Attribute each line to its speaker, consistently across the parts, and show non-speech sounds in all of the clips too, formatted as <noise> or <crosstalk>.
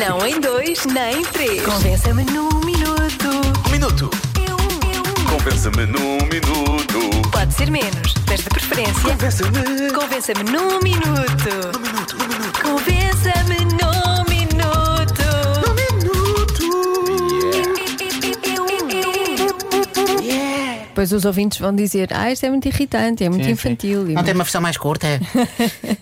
Speaker 1: Não em dois, nem em três. Convença-me num minuto.
Speaker 2: Um minuto.
Speaker 1: Eu, eu.
Speaker 2: Convença-me num minuto.
Speaker 1: Pode ser menos, mas de preferência.
Speaker 2: Convença-me num
Speaker 1: Convença-me num minuto.
Speaker 2: minuto. Num minuto.
Speaker 1: Convença-me num minuto.
Speaker 3: Depois os ouvintes vão dizer: Ah, isto é muito irritante, é muito
Speaker 4: sim.
Speaker 3: infantil. E
Speaker 4: Não tem uma versão mais curta? é?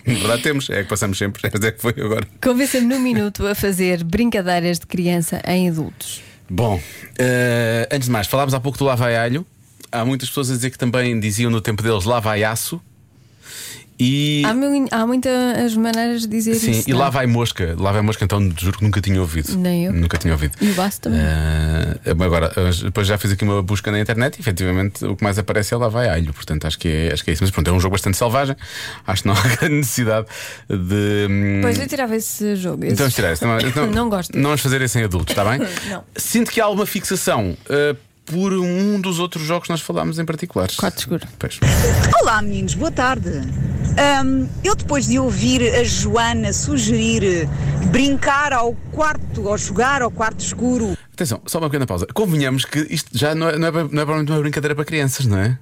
Speaker 2: Na verdade temos, é que passamos sempre. <laughs> Mas é que foi agora.
Speaker 3: Convença-me num minuto a fazer brincadeiras de criança em adultos.
Speaker 2: Bom, eh, antes de mais, falámos há pouco do lavaialho. Há muitas pessoas a dizer que também diziam no tempo deles lá vai aço. E.
Speaker 3: Há, mui- há muitas maneiras de dizer
Speaker 2: Sim,
Speaker 3: isso.
Speaker 2: e
Speaker 3: não? é?
Speaker 2: lá vai mosca. Lá vai mosca, então juro que nunca tinha ouvido.
Speaker 3: Nem eu.
Speaker 2: Nunca tinha ouvido.
Speaker 3: E o baço também.
Speaker 2: Eh, agora, eh, depois já fiz aqui uma busca na internet e efetivamente o que mais aparece é lá vai alho. Portanto, acho que é, acho que é isso. Mas pronto, é um jogo bastante selvagem. Acho que não há <laughs> grande necessidade de. hum,
Speaker 3: Pois eu tirava esse jogo. esse-
Speaker 2: então vamos
Speaker 3: <laughs>
Speaker 2: tirar esse. Não,
Speaker 3: Não gosto.
Speaker 2: Não vamos fazer isso em adultos, está bem?
Speaker 3: <laughs> Não.
Speaker 2: Sinto que há alguma fixação uh, por um dos outros jogos que nós falámos em particulares.
Speaker 3: Quarto escuro.
Speaker 2: Pois.
Speaker 5: <laughs> Olá meninos, boa tarde. Ahm, eu depois de ouvir a Joana sugerir eh, brincar ao quarto, ou jogar ao quarto escuro,
Speaker 2: Atenção, só uma pequena pausa. Convenhamos que isto já não é, não é, não é provavelmente uma brincadeira para crianças, não é?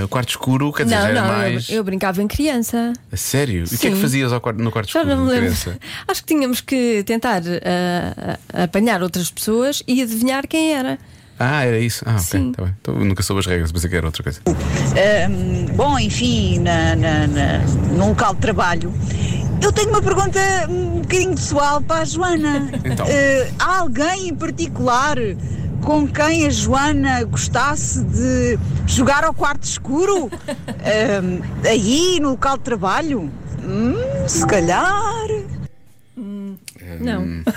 Speaker 2: Uh, o quarto escuro, quer dizer, já
Speaker 3: Não,
Speaker 2: era
Speaker 3: não, eu-
Speaker 2: mais.
Speaker 3: eu, brincava em criança.
Speaker 2: A sério? E o que é que
Speaker 3: Sim.
Speaker 2: fazias ao quarto- no quarto
Speaker 3: Já
Speaker 2: escuro?
Speaker 3: não me
Speaker 2: de
Speaker 3: lembro.
Speaker 2: criança?
Speaker 3: Acho que tínhamos que tentar ah, ah, apanhar outras pessoas e adivinhar quem era.
Speaker 2: Ah, era isso. Ah, ok,
Speaker 3: Sim.
Speaker 2: está bem. Então, eu nunca soube as regras, pensei que era outra coisa.
Speaker 5: ahm, bom, enfim, na, na, na- num local de trabalho, eu tenho uma pergunta um bocadinho pessoal para a Joana.
Speaker 2: Então.
Speaker 5: Eh, há alguém em particular com quem a Joana gostasse de jogar ao quarto escuro? Ahm, aí, no local de trabalho? Hum, se calhar.
Speaker 3: Não.
Speaker 2: Hum.
Speaker 3: <laughs>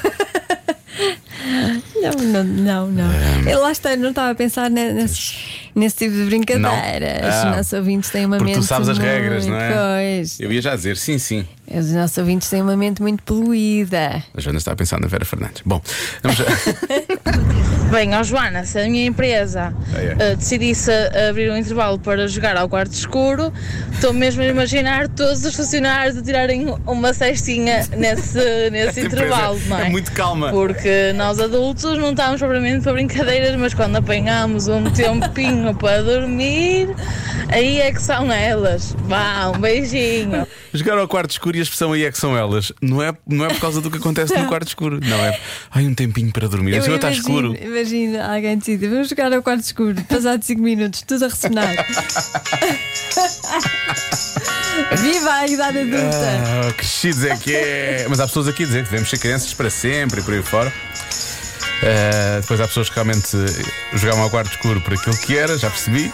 Speaker 3: não, não, não, não.
Speaker 2: É.
Speaker 3: Eu Lá está, não estava a pensar ne- nesse, nesse tipo de brincadeiras.
Speaker 2: Não. Ah.
Speaker 3: Os nossos ouvintes têm uma
Speaker 2: Porque
Speaker 3: mente.
Speaker 2: tu sabes as
Speaker 3: muito-
Speaker 2: regras, não é?
Speaker 3: Pois.
Speaker 2: Eu ia já dizer, sim, sim.
Speaker 3: Os nossos ouvintes têm uma mente muito poluída.
Speaker 2: A Joana está a pensar na Vera Fernandes. Bom, vamos. <laughs>
Speaker 6: Bem, ó Joana, se a minha empresa
Speaker 2: Ah, é.
Speaker 6: eh, decidisse abrir um intervalo para jogar ao quarto escuro, estou mesmo a imaginar todos os funcionários a tirarem uma cestinha
Speaker 2: <laughs>
Speaker 6: nesse, nesse
Speaker 2: empresa
Speaker 6: intervalo, não é?
Speaker 2: é muito calma.
Speaker 6: Porque nós adultos não estamos propriamente para brincadeiras, mas quando apanhamos um tempinho <laughs> para dormir, aí é que são elas. Vá, um beijinho.
Speaker 2: Jogar ao quarto escuro e a expressão aí é que são elas. Não é, não é por causa do que acontece
Speaker 6: <laughs>
Speaker 2: no quarto escuro. Não é. Ai, um tempinho para dormir. O senhor está tá escuro.
Speaker 3: Imagina alguém decide, vamos jogar ao quarto escuro, passado 5 minutos, tudo a ressonar.
Speaker 2: <laughs>
Speaker 3: Viva a idade adulta!
Speaker 2: Ah, crescidos é que é. Mas há pessoas aqui a dizer que devemos ser crianças para sempre e por aí fora. Ah, depois há pessoas que realmente eh, jogavam ao quarto escuro por aquilo que era, já percebi.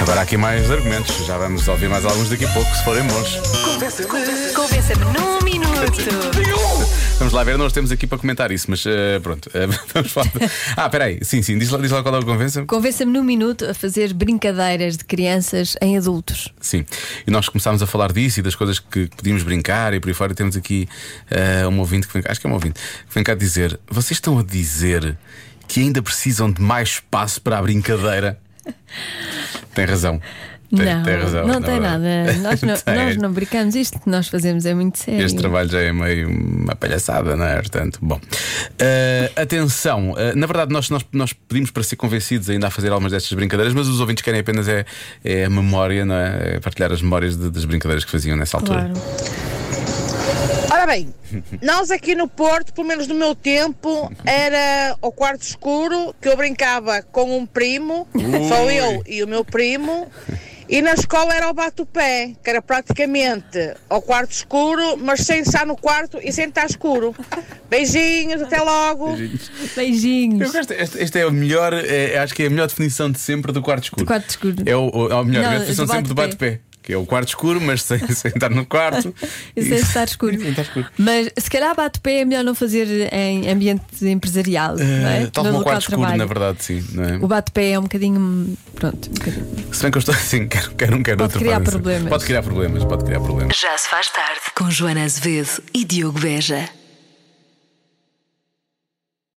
Speaker 2: Agora há aqui mais argumentos, já vamos ouvir mais alguns daqui a pouco, se forem bons.
Speaker 1: Convença-me num minuto.
Speaker 2: Vamos lá ver, nós temos aqui para comentar isso, mas eh, pronto, <laughs> eh, vamos falar. de- Ah, peraí, sim, sim, diz lá, diz lá qual é o convença-me.
Speaker 3: Convença-me num minuto a fazer brincadeiras de crianças em adultos.
Speaker 2: Sim, e nós começámos a falar disso e das coisas que podíamos brincar e por aí fora. E temos aqui eh, um ouvinte que vem cá, acho que é um ouvinte, que vem cá dizer: vocês estão a dizer que ainda precisam de mais espaço para
Speaker 3: <laughs>
Speaker 2: a brincadeira? tem razão. Tem,
Speaker 3: não,
Speaker 2: tem razão.
Speaker 3: não
Speaker 2: na
Speaker 3: tem nada.
Speaker 2: verdade. <laughs>
Speaker 3: Nós não,
Speaker 2: Tem.
Speaker 3: nós não brincamos, isto que nós fazemos é muito sério.
Speaker 2: Este trabalho já é meio uma palhaçada, não é? Portanto, bom. Eh, atenção, eh, na verdade, nós, nós, nós pedimos para ser convencidos ainda a fazer algumas destas brincadeiras, mas os ouvintes querem apenas é, é a memória, não é? É Partilhar as memórias de- das brincadeiras que faziam nessa altura.
Speaker 3: Claro.
Speaker 7: Ora bem, nós aqui no Porto, pelo menos no meu tempo, era o quarto escuro que eu brincava com um primo, só eu e o meu primo, e na escola era o bate-pé, que era praticamente ao quarto escuro, mas sem estar no quarto e sem estar escuro. Beijinhos, até logo.
Speaker 2: Eu
Speaker 3: Beijinhos.
Speaker 2: gosto, este, este é o melhor, é, acho que é a melhor definição de sempre do quarto escuro.
Speaker 3: Do quarto escuro.
Speaker 2: É o, o-
Speaker 3: Não,
Speaker 2: ou melhor, a melhor definição
Speaker 3: do
Speaker 2: sempre do
Speaker 3: bate-pé.
Speaker 2: bate-pé. Que é o quarto escuro, mas sem, <laughs> sem estar
Speaker 3: <laughs>
Speaker 2: no quarto.
Speaker 3: Isso deve estar escuro.
Speaker 2: Isso deve estar escuro.
Speaker 3: Mas se calhar bate-pé é melhor não fazer em ambiente empresarial. não é?
Speaker 2: Eh, tal
Speaker 3: No
Speaker 2: como o
Speaker 3: local
Speaker 2: quarto
Speaker 3: de
Speaker 2: escuro,
Speaker 3: trabalho.
Speaker 2: na verdade, sim. Não é?
Speaker 3: O bate-pé é um bocadinho. Pronto, um bocadinho.
Speaker 2: Se bem que eu estou <laughs> assim, quero, quero um, quero
Speaker 3: Pode
Speaker 2: outro.
Speaker 3: criar
Speaker 2: podem ser.
Speaker 3: problemas.
Speaker 2: Pode criar problemas, pode criar problemas.
Speaker 1: Já se faz tarde. Com Joana Azevedo e Diogo Beja.